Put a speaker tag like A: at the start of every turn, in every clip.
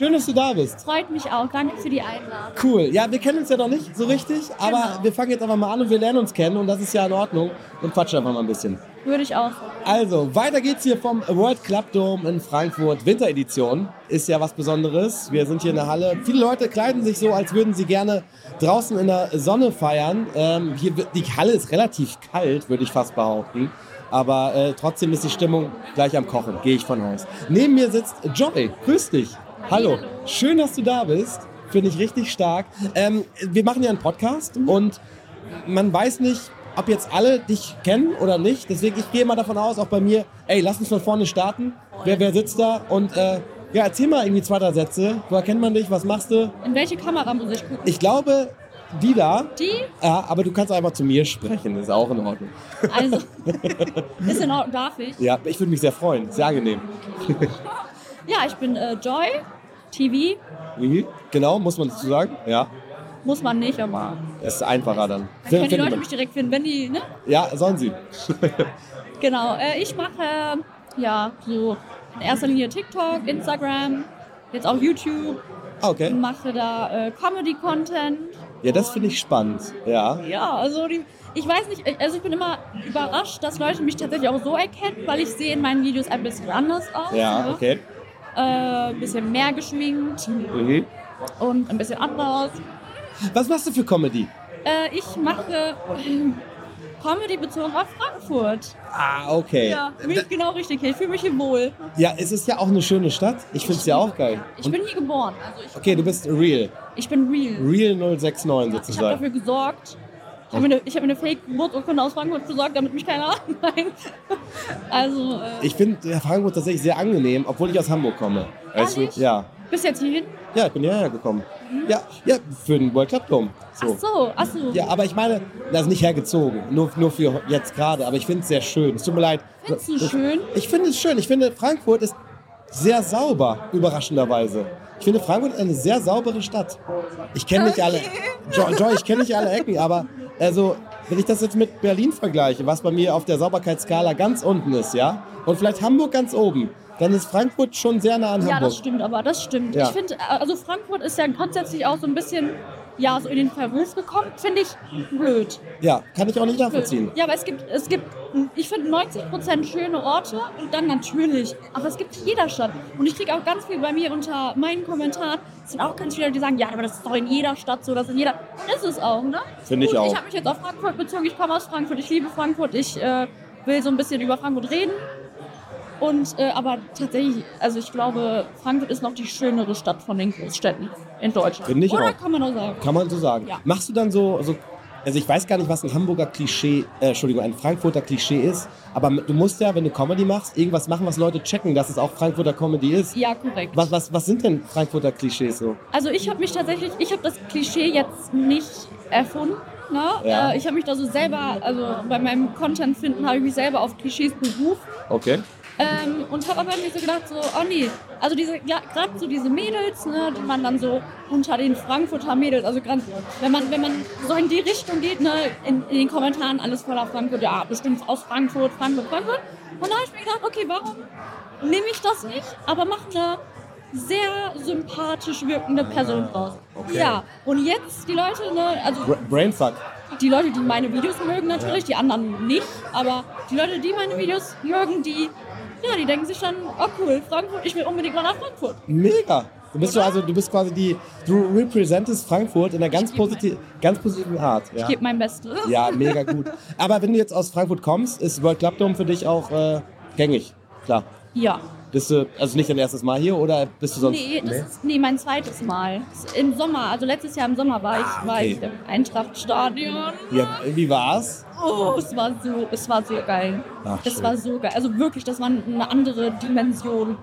A: Schön, dass du da bist.
B: Freut mich auch, danke für die Einladung.
A: Cool. Ja, wir kennen uns ja noch nicht so richtig, aber
B: Genau.
A: wir fangen jetzt einfach mal an und wir lernen uns kennen und das ist ja in Ordnung und quatschen einfach mal ein bisschen.
B: Würde ich auch sagen.
A: Also, weiter geht's hier vom World Club Dome in Frankfurt. Winteredition ist ja was Besonderes. Wir sind hier in der Halle. Viele Leute kleiden sich so, als würden sie gerne draußen in der Sonne feiern. Ähm, hier, wird- die Halle ist relativ kalt, würde ich fast behaupten. Aber äh, trotzdem ist die Stimmung gleich am Kochen, gehe ich von aus. Neben mir sitzt Joy. Grüß dich. Hallo. Schön, dass du da bist. Finde ich richtig stark. Ähm, wir machen ja einen Podcast und man weiß nicht, ob jetzt alle dich kennen oder nicht. Deswegen, ich gehe mal davon aus, auch bei mir, ey, lass uns von vorne starten. Wer, wer sitzt da? Und äh, ja, erzähl mal irgendwie zwei, drei Sätze. Woher kennt man dich? Was machst du?
B: In welche Kamera muss ich gucken?
A: Ich glaube, die da.
B: Die?
A: Ja, aber du kannst einfach zu mir sprechen. Ist auch in Ordnung.
B: Also, ist in Ordnung, darf ich?
A: Ja, ich würde mich sehr freuen. Sehr angenehm.
B: Ja, ich bin äh, Joy, TV,
A: Mhm. Genau, muss man dazu sagen? Ja.
B: muss man nicht, aber
A: Das ist einfacher dann.
B: dann können die
A: Findet
B: Leute
A: man.
B: mich direkt finden, wenn die, ne?
A: Ja, sollen sie.
B: Genau, äh, ich mache, ähm, ja, so in erster Linie TikTok, Instagram, jetzt auch YouTube,
A: Ah, Okay.
B: mache da äh, Comedy-Content.
A: Ja, das finde ich spannend. Ja.
B: Ja, also die, ich weiß nicht, also ich bin immer überrascht, dass Leute mich tatsächlich auch so erkennen, weil ich sehe in meinen Videos ein bisschen anders aus.
A: Ja,
B: ne?
A: okay.
B: Äh, ein bisschen mehr geschminkt
A: Mhm.
B: und ein bisschen anders.
A: Was machst du für Comedy?
B: Äh, ich mache ähm, Comedy bezogen auf Frankfurt.
A: Ah, okay.
B: Ja, bin ich genau richtig. hier. Ich fühle mich hier wohl.
A: Ja, es ist ja auch eine schöne Stadt. Ich finde es ja auch geil.
B: Ich
A: Und,
B: bin hier geboren. Also ich,
A: okay, du bist real.
B: ich bin real.
A: Real 069
B: Ich habe
A: sozusagen.
B: dafür gesorgt. Ich habe mir eine, ich hab mir eine Fake-Geburtsurkunde aus Frankfurt besorgt, damit mich keiner anleitet. Also, äh,
A: Ich finde Frankfurt tatsächlich sehr angenehm, obwohl ich aus Hamburg komme. Weißt du?
B: Ehrlich?
A: Ja.
B: bis jetzt hierhin?
A: Ja, ich bin hierher gekommen. Ja, ja, für den World Cup Dome. So.
B: Ach so, ach so.
A: Ja, aber ich meine, das ist nicht hergezogen. Nur, nur für jetzt gerade. Aber ich finde es sehr schön. Es tut mir leid.
B: Findest du schön?
A: Ich finde es schön. Ich finde, Frankfurt ist sehr sauber, überraschenderweise. Ich finde, Frankfurt ist eine sehr saubere Stadt. Ich kenne nicht alle. Joy, Joy, ich kenne nicht alle Ecken, aber also, wenn ich das jetzt mit Berlin vergleiche, was bei mir auf der Sauberkeitsskala ganz unten ist, ja, und vielleicht Hamburg ganz oben, dann ist Frankfurt schon sehr nah an
B: Ja,
A: Hamburg.
B: das stimmt, aber das stimmt.
A: Ja.
B: Ich finde, also Frankfurt ist ja grundsätzlich auch so ein bisschen, ja, so in den Verruf gekommen, finde ich blöd.
A: ja, kann ich auch nicht nachvollziehen.
B: Ja, aber es gibt, es gibt, ich finde 90% schöne Orte und dann natürlich, aber es gibt jeder Stadt. Und ich kriege auch ganz viel bei mir unter meinen Kommentaren, es sind auch ganz viele, die sagen, ja, aber das ist doch in jeder Stadt so, das ist in jeder, ist es auch, ne?
A: Finde ich
B: Gut,
A: auch.
B: Ich habe mich jetzt auf Frankfurt bezogen, ich komme aus Frankfurt, ich liebe Frankfurt, ich äh, will so ein bisschen über Frankfurt reden. Und, äh, aber tatsächlich, also ich glaube, Frankfurt ist noch die schönere Stadt von den Großstädten in Deutschland.
A: Finde ich
B: Oder
A: auch.
B: kann man auch sagen.
A: Kann man so sagen.
B: Ja.
A: Machst du dann so, so, also ich weiß gar nicht, was ein Hamburger Klischee, äh, Entschuldigung, ein Frankfurter Klischee ist, aber du musst ja, wenn du Comedy machst, irgendwas machen, was Leute checken, dass es auch Frankfurter Comedy ist.
B: Ja, korrekt.
A: Was, was, was sind denn Frankfurter Klischees so?
B: Also ich habe mich tatsächlich, ich habe das Klischee jetzt nicht erfunden. Ne?
A: Ja.
B: Äh, ich habe mich da so selber, also bei meinem Content finden, habe ich mich selber auf Klischees berufen
A: Okay.
B: ähm, und habe aber mir so gedacht, so, oh nee, also diese, gerade so diese Mädels, ne, die man dann so unter den Frankfurter Mädels, also grad, wenn man wenn man so in die Richtung geht, ne, in, in den Kommentaren alles voller Frankfurt, ja, bestimmt aus Frankfurt, Frankfurt, Frankfurt. Und da habe ich mir gedacht, okay, warum nehme ich das nicht, aber mache eine sehr sympathisch wirkende Person draus.
A: okay.
B: Ja, und jetzt die Leute, ne, also
A: Bra Brainfuck.
B: die Leute, die meine Videos mögen, natürlich, die anderen nicht. Aber die Leute, die meine Videos mögen, die, ja, die denken sich dann, oh cool, Frankfurt, ich will unbedingt mal nach Frankfurt.
A: Mega. Du bist, so, also, du bist quasi die, du repräsentest Frankfurt in einer ganz,
B: Ich geb
A: positi ganz positiven Art. Ja.
B: Ich gebe mein Bestes.
A: ja, mega gut. Aber wenn du jetzt aus Frankfurt kommst, ist World Club Dome für dich auch äh, gängig. Klar.
B: Ja.
A: Bist du, also nicht dein erstes Mal hier oder bist du sonst?
B: Nee, das ist nee, mein zweites Mal. Im Sommer, also letztes Jahr im Sommer war ich,
A: Ah,
B: war
A: okay.
B: ich im Eintrachtstadion.
A: Ja, wie war's?
B: Oh, es war so, es war so geil.
A: Ach,
B: das
A: schön.
B: war so geil. Also wirklich, das war eine andere Dimension.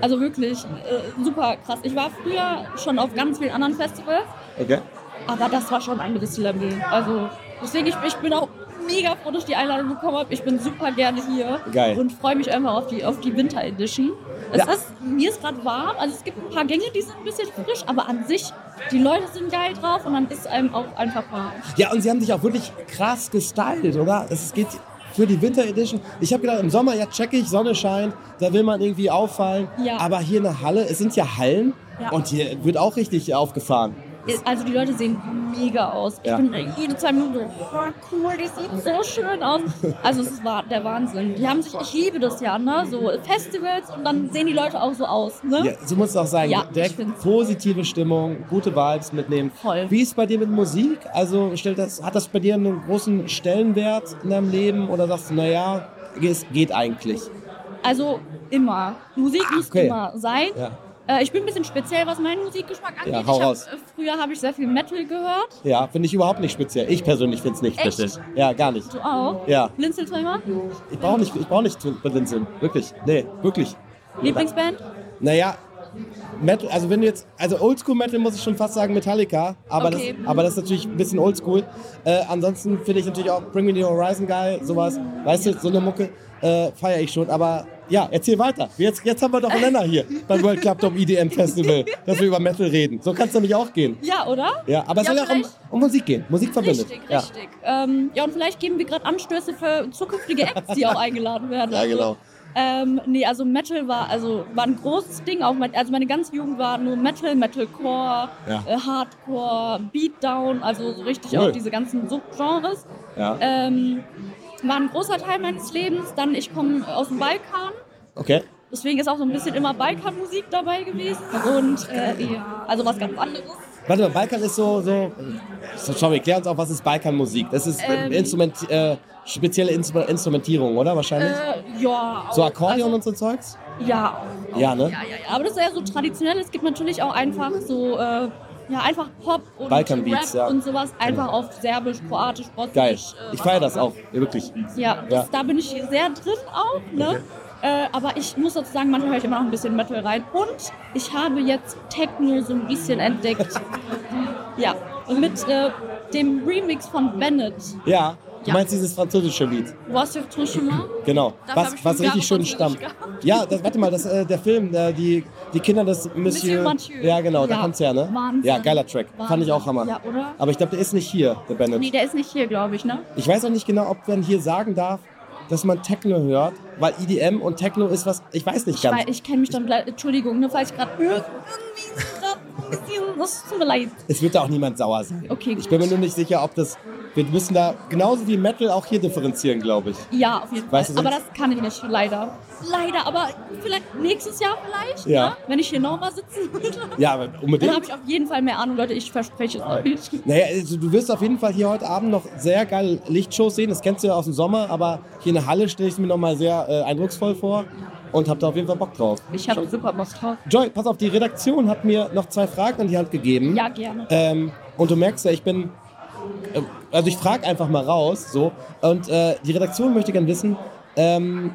B: Also wirklich äh, super krass. Ich war früher schon auf ganz vielen anderen Festivals,
A: Okay.
B: aber das war schon ein anderes Level. Also deswegen, ich, ich bin auch mega froh, dass ich die Einladung bekommen habe. Ich bin super gerne hier
A: Geil.
B: und freue mich einfach auf die, auf die Winter Edition. Es
A: Ja.
B: ist, mir ist gerade warm, also es gibt ein paar Gänge, die sind ein bisschen frisch, aber an sich, die Leute sind geil drauf und dann ist einem auch einfach warm.
A: Ja, und sie haben sich auch wirklich krass gestylt, oder? Es geht für die Winter Edition. Ich habe gedacht, im Sommer, ja, check ich, Sonne scheint, da will man irgendwie auffallen.
B: Ja.
A: Aber hier in der Halle, es sind ja Hallen
B: Ja.
A: und hier wird auch richtig aufgefahren.
B: Also die Leute sehen mega aus. Ich
A: Ja.
B: bin jede zwei Minuten so, oh, cool, die sieht so schön aus. Also es war der Wahnsinn. Die haben sich, ich liebe das ja, ne? So Festivals und dann sehen die Leute auch so aus, ne?
A: Ja, so muss es auch sein.
B: Ja, ich
A: Direkt
B: find's-
A: positive Stimmung, gute Vibes mitnehmen.
B: Voll.
A: Wie ist es bei dir mit Musik? Also stellt das, hat das bei dir einen großen Stellenwert in deinem Leben oder sagst du, naja, es geht eigentlich?
B: Also immer. Musik muss
A: Ah, okay.
B: immer sein.
A: Ja.
B: Äh, ich bin ein bisschen speziell, was meinen Musikgeschmack angeht.
A: hau
B: ich hab,
A: raus.
B: äh, früher habe ich sehr viel Metal gehört.
A: Ja, finde ich überhaupt nicht speziell. Ich persönlich finde es nicht
B: Echt?
A: speziell. Ja, gar nicht.
B: Du auch?
A: Ja.
B: Blinzelträumer?
A: Ich brauche nicht, ich brauch nicht zu blinzeln. Wirklich. Nee, wirklich.
B: Lieblingsband?
A: Naja, Metal, also wenn du jetzt, also Oldschool-Metal muss ich schon fast sagen, Metallica, aber,
B: Okay.
A: das, aber das ist natürlich ein bisschen Oldschool. Äh, ansonsten finde ich natürlich auch Bring Me The Horizon geil, sowas, weißt du, so eine Mucke äh, feiere ich schon, aber ja, erzähl weiter. Jetzt, jetzt haben wir doch einen Nenner hier beim World Club Dome EDM Festival, dass wir über Metal reden. So kann es nämlich auch gehen.
B: Ja, oder?
A: Ja, aber es
B: Ja,
A: soll ja auch um,
B: vielleicht-
A: um Musik gehen. Musik verbindet.
B: Richtig,
A: ja.
B: richtig. Ja, ähm, ja und vielleicht geben wir gerade Anstöße für zukünftige Acts, die auch eingeladen werden.
A: Ja, genau.
B: Ähm, nee, also Metal war, also, war ein großes Ding. Auch mein, also meine ganze Jugend war nur Metal, Metalcore,
A: Ja.
B: äh, Hardcore, Beatdown, also so richtig
A: Cool.
B: auch diese ganzen Subgenres.
A: Ja.
B: Ähm, war ein großer Teil meines Lebens. Dann, ich komme aus dem Balkan.
A: Okay.
B: Deswegen ist auch so ein bisschen immer Balkanmusik dabei gewesen. Und äh, ja, also was ganz anderes.
A: Warte mal, Balkan ist so, so, so schau, wir klären uns auch, was ist Balkanmusik? Das ist
B: Ähm.
A: Instrument, äh, spezielle Instru- Instrumentierung, oder wahrscheinlich?
B: Äh, ja,
A: so
B: auch-
A: Akkordeon und so Zeugs?
B: Ja, auch.
A: Ja, ne?
B: Ja, ja, ja. Aber das ist ja so traditionell. Es gibt natürlich auch einfach so, äh, ja, einfach Pop und
A: Balkanbeats,
B: Rap
A: ja. Genau.
B: und sowas. Einfach auf Serbisch, Kroatisch, Bosnisch.
A: Geil.
B: äh,
A: Ich
B: was
A: feiere
B: auch
A: das
B: immer.
A: auch, ja, wirklich.
B: Ja, das,
A: Ja.
B: da bin ich sehr drin auch, ne? Äh, aber ich muss dazu sagen, manchmal höre ich immer noch ein bisschen Metal rein. Und ich habe jetzt Techno so ein bisschen entdeckt. ja, und mit äh, dem Remix von Bennett.
A: Ja, du
B: Ja.
A: meinst dieses französische Lied,
B: Was für Tuschema?
A: genau.
B: Dafür hab
A: Was,
B: ich
A: was
B: fünf Jahre
A: richtig schön stammt.
B: Französisch gehabt.
A: Ja, das, warte mal, das, äh, der Film, äh, die, die Kinder des Monsieur.
B: Monsieur Mathieu.
A: Ja, genau, da
B: Ja.
A: kommt's her, ne?
B: Wahnsinn.
A: Ja, geiler Track. Fand ich auch Hammer.
B: Ja, oder?
A: Aber ich glaube, der ist nicht hier, der Bennett.
B: Nee, der ist nicht hier, glaube ich, ne?
A: Ich weiß auch nicht genau, ob man hier sagen darf, dass man Techno hört, weil EDM und Techno ist was, ich weiß nicht ganz.
B: Weil ich kenne mich dann, blei- Entschuldigung, ne, falls ich gerade irgendwie so grad ein bisschen, das tut mir leid.
A: Es wird da auch niemand sauer sein.
B: Okay,
A: Ich bin mir nur nicht sicher, ob das. Wir müssen da genauso wie Metal auch hier differenzieren, glaube ich.
B: Ja, auf jeden Fall.
A: Weißt du,
B: aber
A: sonst-
B: das kann ich nicht, leider. Leider, aber vielleicht nächstes Jahr vielleicht,
A: Ja.
B: ne? wenn ich hier nochmal sitzen würde.
A: Ja, aber
B: Dann
A: unbedingt.
B: habe ich auf jeden Fall mehr Ahnung, Leute, ich verspreche es euch.
A: Naja, also du wirst auf jeden Fall hier heute Abend noch sehr geile Lichtshows sehen. Das kennst du ja aus dem Sommer, aber hier in der Halle stelle ich es mir nochmal sehr äh, eindrucksvoll vor und hab da auf jeden Fall Bock drauf.
B: Ich habe super Bock drauf.
A: Joy, pass auf, die Redaktion hat mir noch zwei Fragen an die Hand gegeben.
B: Ja, gerne.
A: Ähm, und du merkst ja, ich bin. äh, Also ich frage einfach mal raus, so. Und äh, die Redaktion möchte gern wissen, ähm,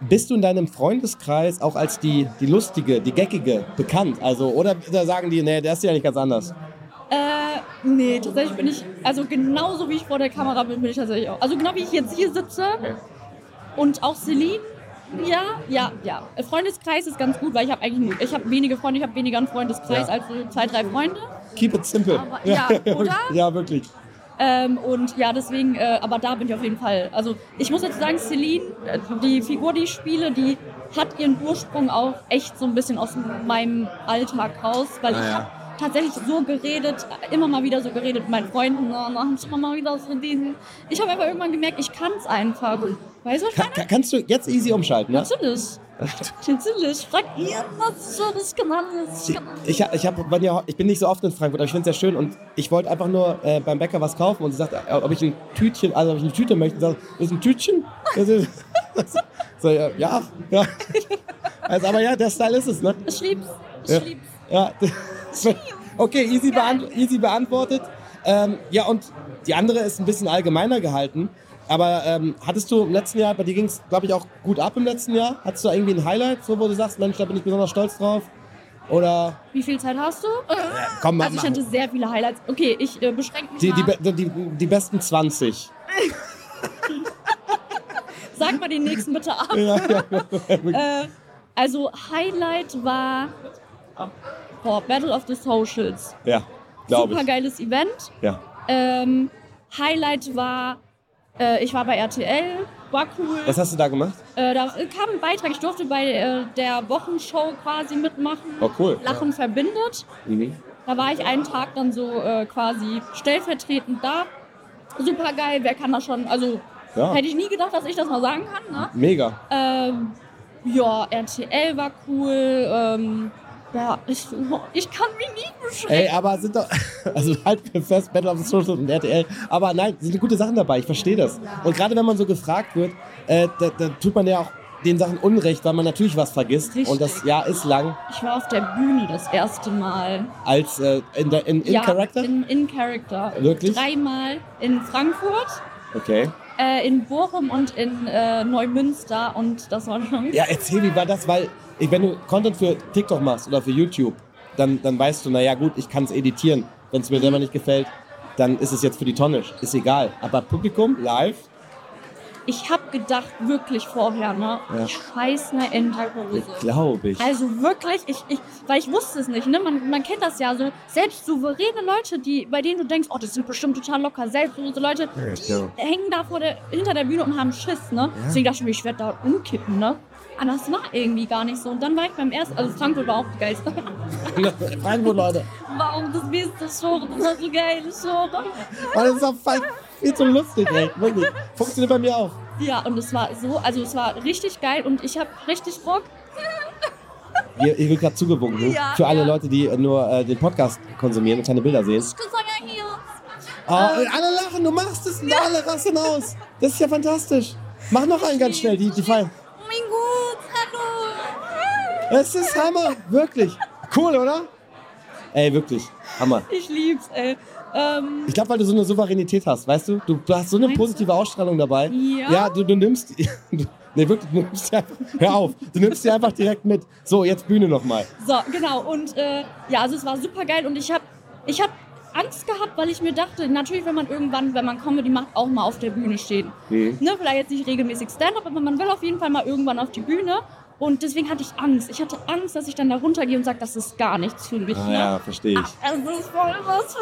A: bist du in deinem Freundeskreis auch als die, die lustige, die geckige bekannt? Also, oder, oder sagen die, nee, der ist ja nicht ganz anders.
B: Äh, nee, tatsächlich bin ich, also genauso wie ich vor der Kamera bin, bin ich tatsächlich auch. Also genau wie ich jetzt hier sitze und auch Celine. Ja, ja, ja. Äh, Freundeskreis ist ganz gut, weil ich habe eigentlich, ich habe wenige Freunde, ich habe weniger einen Freundeskreis
A: Ja.
B: als so zwei, drei Freunde.
A: Keep it simple.
B: Aber- ja, oder?
A: ja, wirklich.
B: Ähm, und ja, deswegen, äh, aber da bin ich auf jeden Fall. Also ich muss jetzt sagen, Celine, äh, die Figur, die ich spiele, die hat ihren Ursprung auch echt so ein bisschen aus meinem Alltag raus,
A: Ah,
B: weil ich habe tatsächlich so geredet, immer mal wieder so geredet mit meinen Freunden, ne, und dann immer mal wieder so diesen. Ich habe aber irgendwann gemerkt, ich kann es einfach. Weißt du, was ich
A: Ka
B: meine?
A: ka- kannst du jetzt easy umschalten, ja?
B: Natürlich. Natürlich. Frag ihr, was soll das genannt ist.
A: Ich, ich, hab, bei dir- ich bin nicht so oft in Frankfurt, aber ich finde es sehr schön. Und ich wollte einfach nur äh, beim Bäcker was kaufen und sie sagt, äh, ob ich ein Tütchen, also ob ich eine Tüte möchte. Und sagt, ist ein Tütchen? Das ist, so, ja, ja. ja. Also, aber ja, der Style ist es, ne?
B: Ich lieb's. Ich
A: Ja.
B: lieb's.
A: Ja. Okay, easy, beant easy beantwortet. Ähm, ja, und die andere ist ein bisschen allgemeiner gehalten. Aber ähm, hattest du im letzten Jahr, bei dir ging es, glaube ich, auch gut ab im letzten Jahr. Hattest du irgendwie ein Highlight, so, wo du sagst, Mensch, da bin ich besonders stolz drauf? Oder
B: Wie viel Zeit hast du?
A: komm mal.
B: Also ich hatte sehr viele Highlights. Okay, ich äh, beschränke mich
A: die, die,
B: mal.
A: be- die, die besten 20.
B: Sag mal den nächsten bitte ab. äh, also Highlight war boah, Battle of the Socials.
A: Ja, glaube
B: Super
A: ich.
B: geiles Event.
A: Ja.
B: Ähm, Highlight war, äh, ich war bei RTL, war cool.
A: Was hast du da gemacht?
B: Äh, da kam ein Beitrag, ich durfte bei äh, der Wochenshow quasi mitmachen.
A: Oh, cool.
B: Lachen verbindet. Da war ich einen Tag dann so äh, quasi stellvertretend da. Super geil, wer kann das schon? Also
A: Ja.
B: hätte ich nie gedacht, dass ich das mal sagen kann. Ne?
A: Mega.
B: Ähm, ja, RTL war cool. Ähm, ja, ich, ich kann mich nie beschreiben.
A: Ey, aber sind doch. Also halt mir fest, Battle of the Social und RTL. Aber nein, sind gute Sachen dabei, ich verstehe das. Und gerade wenn man so gefragt wird, äh, da, da tut man ja auch den Sachen Unrecht, weil man natürlich was vergisst.
B: Richtig.
A: Und das Jahr ist lang
B: Ich war auf der Bühne das erste Mal.
A: als äh, in, der, in, in
B: ja,
A: Character.
B: In, in Character.
A: Wirklich?
B: Dreimal in Frankfurt,
A: okay.
B: äh, in Bochum und in äh, Neumünster. Und das war schon.
A: Ja, erzähl, wie war das? Weil, ich, wenn du Content für TikTok machst oder für YouTube, dann, dann weißt du, naja, gut, ich kann es editieren. Wenn es mir selber nicht gefällt, dann ist es jetzt für die Tonne. Ist egal. Aber Publikum, live,
B: Ich habe gedacht, wirklich vorher, ne?
A: Ja.
B: Scheiße, Enterhose.
A: glaube ich.
B: Also wirklich, ich, ich, weil ich wusste es nicht, ne? Man, man kennt das ja so. Selbst souveräne Leute, die, bei denen du denkst, oh, das sind bestimmt total locker, selbstlose Leute, die
A: ja.
B: hängen da vor der, hinter der Bühne und haben Schiss, ne? Deswegen dachte ich mir, ich werde da umkippen, ne? Aber das war irgendwie gar nicht so. Und dann war ich beim ersten, also Frankfurt war auch die geilste.
A: Frankfurt, Leute.
B: Warum das beste Show, das war so ne? geil, das Show.
A: Oh, das ist doch voll, viel zu lustig, ey. Wirklich. Funktioniert bei mir auch.
B: Ja, und es war so, also es war richtig geil und ich habe richtig Bock.
A: Ihr, ihr wird gerade zugewunken. ne?
B: Ja,
A: Für alle
B: ja.
A: Leute, die äh, nur äh, den Podcast konsumieren und keine Bilder sehen.
B: Das war ja hier.
A: Oh,
B: Ah.
A: und alle lachen, du machst es und alle rasten aus. Das ist ja fantastisch. Mach noch einen ganz schnell, die, die fallen.
B: Oh mein Gott, hallo.
A: Es ist Hammer, wirklich. Cool, oder? Ey, wirklich. Hammer.
B: Ich lieb's, ey. Ähm,
A: Ich glaube, weil du so eine Souveränität hast, weißt du? Du hast so eine
B: Meinst
A: positive Ausstrahlung dabei.
B: Ja?
A: Ja, du, du nimmst. Du, nee, wirklich, du nimmst die einfach. Hör auf. Du nimmst die einfach direkt mit. So, jetzt Bühne nochmal.
B: so, genau. Und äh, ja, also es war super geil und ich habe ich hab Angst gehabt, weil ich mir dachte, natürlich, wenn man irgendwann, wenn man Comedy macht, auch mal auf der Bühne stehen.
A: Mhm.
B: Ne, vielleicht jetzt nicht regelmäßig Stand-up, aber man will auf jeden Fall mal irgendwann auf die Bühne. Und deswegen hatte ich Angst. Ich hatte Angst, dass ich dann da runtergehe und sage, das ist gar nichts für mich.
A: Ah,
B: ne?
A: ja, verstehe ich.
B: Es ist voll was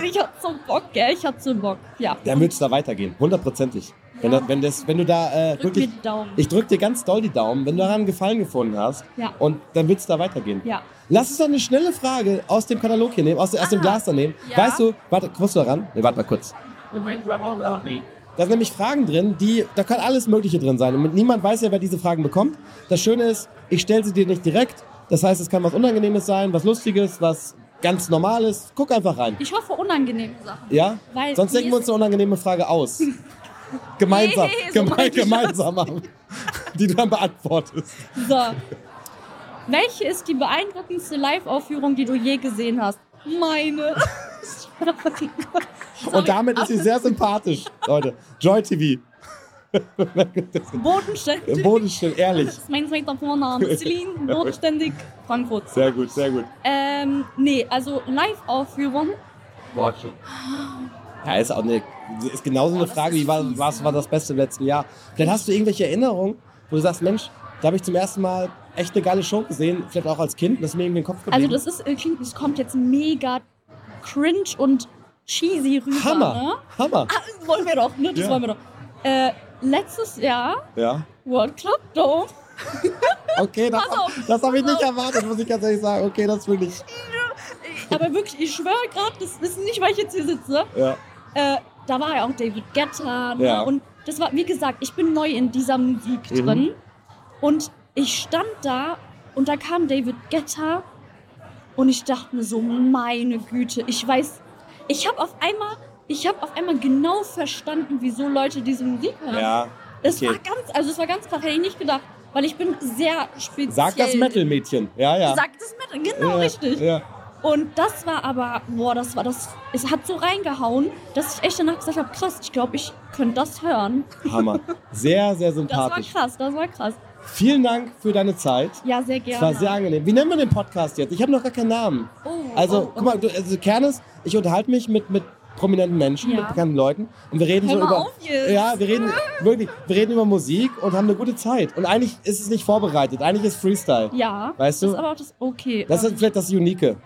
B: mich. Ich hab so Bock, gell? Ich hab so Bock. Ja.
A: Dann wird es da weitergehen, hundertprozentig. Wenn, da, wenn, das, wenn du da äh,
B: Drück
A: wirklich.
B: mir die Daumen.
A: Ich drück dir ganz doll die Daumen, wenn du daran Gefallen gefunden hast.
B: Ja.
A: Und dann wird es da weitergehen.
B: Ja.
A: Lass uns doch eine schnelle Frage aus dem Katalog hier nehmen, aus, aus dem Glas da nehmen.
B: Ah. Ja.
A: Weißt du, warte, kommst du daran? Nee, warte mal kurz. Da sind nämlich Fragen drin, die, da kann alles Mögliche drin sein. Und niemand weiß ja, wer diese Fragen bekommt. Das Schöne ist, ich stelle sie dir nicht direkt. Das heißt, es kann was Unangenehmes sein, was Lustiges, was ganz Normales. Guck einfach rein.
B: Ich hoffe, unangenehme Sachen.
A: Ja?
B: Weil
A: Sonst
B: mir
A: denken wir
B: ist-
A: uns eine unangenehme Frage aus. Gemeinsam.
B: Nee, so
A: Geme
B: meinte ich
A: gemeinsam machen. Die du dann beantwortest.
B: So. Welche ist die beeindruckendste Live-Aufführung, die du je gesehen hast? Meine. Sorry.
A: Und damit ist sie sehr sympathisch, Leute. Joy TV.
B: Bodenständig.
A: Bodenstill, ehrlich.
B: Das ist mein zweiter Vorname. Celine, bodenständig, Frankfurt.
A: Sehr gut, sehr gut.
B: Ähm, nee, also Live-Aufführung.
A: Ja, ist auch eine, ist genauso eine Frage, wie war, was war das Beste im letzten Jahr? Vielleicht hast du irgendwelche Erinnerungen, wo du sagst, Mensch, da habe ich zum ersten Mal echt eine geile Show gesehen, vielleicht auch als Kind, und das ist mir irgendwie in den Kopf
B: Also
A: geblieben.
B: das ist, äh, klingt- das kommt jetzt mega cringe und cheesy rüber.
A: Hammer,
B: Ne?
A: Hammer.
B: Ah, das wollen wir doch, ne? Das
A: Ja.
B: wollen wir doch. Äh, letztes Jahr
A: Ja.
B: World Club Dome.
A: Okay, das,
B: Pass auf,
A: das habe ich nicht erwartet, muss ich ganz ehrlich sagen. Okay, das will ich.
B: Aber wirklich, ich schwöre gerade, das ist nicht, weil ich jetzt hier sitze.
A: Ja.
B: Äh, da war ja auch David Guetta. Ne?
A: Ja.
B: Und das war, wie gesagt, ich bin neu in dieser Musik
A: Mhm.
B: drin. Und ich stand da und da kam David Guetta. Und ich dachte mir so, meine Güte, ich weiß, ich habe auf einmal, ich habe auf einmal genau verstanden, wieso Leute diese Musik hören.
A: Ja.
B: Es
A: Okay.
B: war ganz, also es war ganz krass, hätte ich nicht gedacht. Weil ich bin sehr speziell.
A: Sag das Metal-Mädchen. Ja, ja.
B: Sagt das Metal, genau
A: ja,
B: richtig.
A: Ja.
B: Und das war aber, boah, das war das, es hat so reingehauen, dass ich echt danach gesagt habe, krass, ich glaube, ich könnte das hören.
A: Hammer. Sehr, sehr
B: Das war
A: sympathisch.
B: krass, das war krass.
A: Vielen Dank für deine Zeit.
B: Ja, sehr
A: Es
B: gerne.
A: war sehr angenehm. Wie nennen wir den Podcast jetzt? Ich habe noch gar keinen Namen.
B: Oh,
A: Also,
B: oh,
A: guck mal, du, also Kern ist, ich unterhalte mich mit, mit prominenten Menschen,
B: Ja.
A: mit bekannten Leuten und wir reden
B: Hör
A: so
B: mal
A: über
B: auf jetzt.
A: Ja, wir reden wirklich, wir reden über Musik und haben eine gute Zeit und eigentlich ist es nicht vorbereitet, eigentlich ist Freestyle.
B: Ja,
A: Weißt du?
B: das ist aber auch das okay. ähm,
A: Das ist vielleicht das Unique.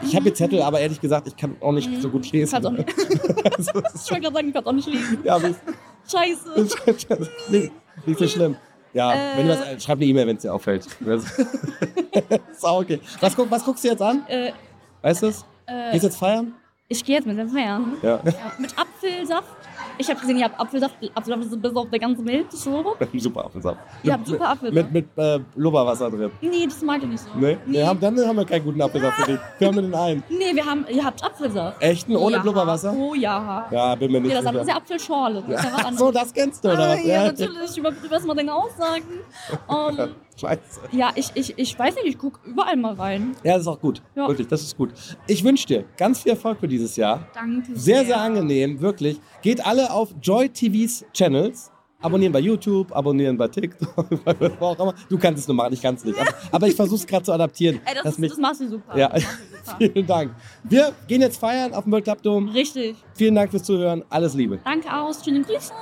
A: Ich habe hier Zettel, aber ehrlich gesagt, ich kann auch nicht so gut
B: ich kann Mhm. auch
A: lesen.
B: nicht. ich wollte gerade sagen, ich kann auch nicht lesen.
A: Ja, aber
B: Scheiße.
A: nicht, also- nicht so schlimm. Ja, wenn du
B: Äh.
A: was, schreib eine E-Mail, wenn es dir auffällt. Das ist auch okay. Was, guck, was guckst du jetzt an?
B: Äh,
A: Weißt du es? Gehst du jetzt feiern?
B: ich gehe jetzt mit dem Feiern.
A: Ja.
B: Äh. Ja, mit Apfelsaft. Ich habe gesehen, ihr habt Apfelsaft. Apfelsaft ist bis auf der ganzen Welt. So.
A: super Apfelsaft.
B: Ihr habt super Apfelsaft.
A: Mit, mit äh, Blubberwasser drin.
B: Nee, das mag ich nicht so.
A: Ne? Wir haben, dann haben wir keinen guten Apfelsaft für dich. Wir haben nur den einen.
B: Nee, wir haben, ihr habt Apfelsaft.
A: Echten? Ohne
B: ja.
A: Blubberwasser?
B: Oh ja.
A: Ja, bin mir nicht
B: Ja, das andere
A: sicher.
B: ist ja Apfelschorle. Das ist ja was
A: Ach
B: anderes.
A: so, das kennst du, oder
B: ah,
A: was?
B: ja, natürlich. Überprüfe erstmal deine Aussagen. Ähm,
A: Scheiße.
B: ja, ich, ich, ich weiß nicht, ich gucke überall mal rein.
A: Ja, das ist auch gut.
B: Ja.
A: Wirklich, das ist gut. Ich wünsche dir ganz viel Erfolg für dieses Jahr.
B: Danke.
A: Sehr, sehr angenehm, wirklich. Geht alle auf Joy TVs Channels. Abonnieren bei YouTube, abonnieren bei TikTok, wo auch immer. Du kannst es nur machen, ich kann es nicht. Aber, aber ich versuche es gerade zu adaptieren.
B: Ey, das,
A: dass
B: ist,
A: mich-
B: das machst du super.
A: ja,
B: Das machst du super.
A: vielen Dank. Wir gehen jetzt feiern auf dem World Club Dome.
B: Richtig.
A: Vielen Dank fürs Zuhören. Alles Liebe.
B: Danke aus. Schöne Grüße.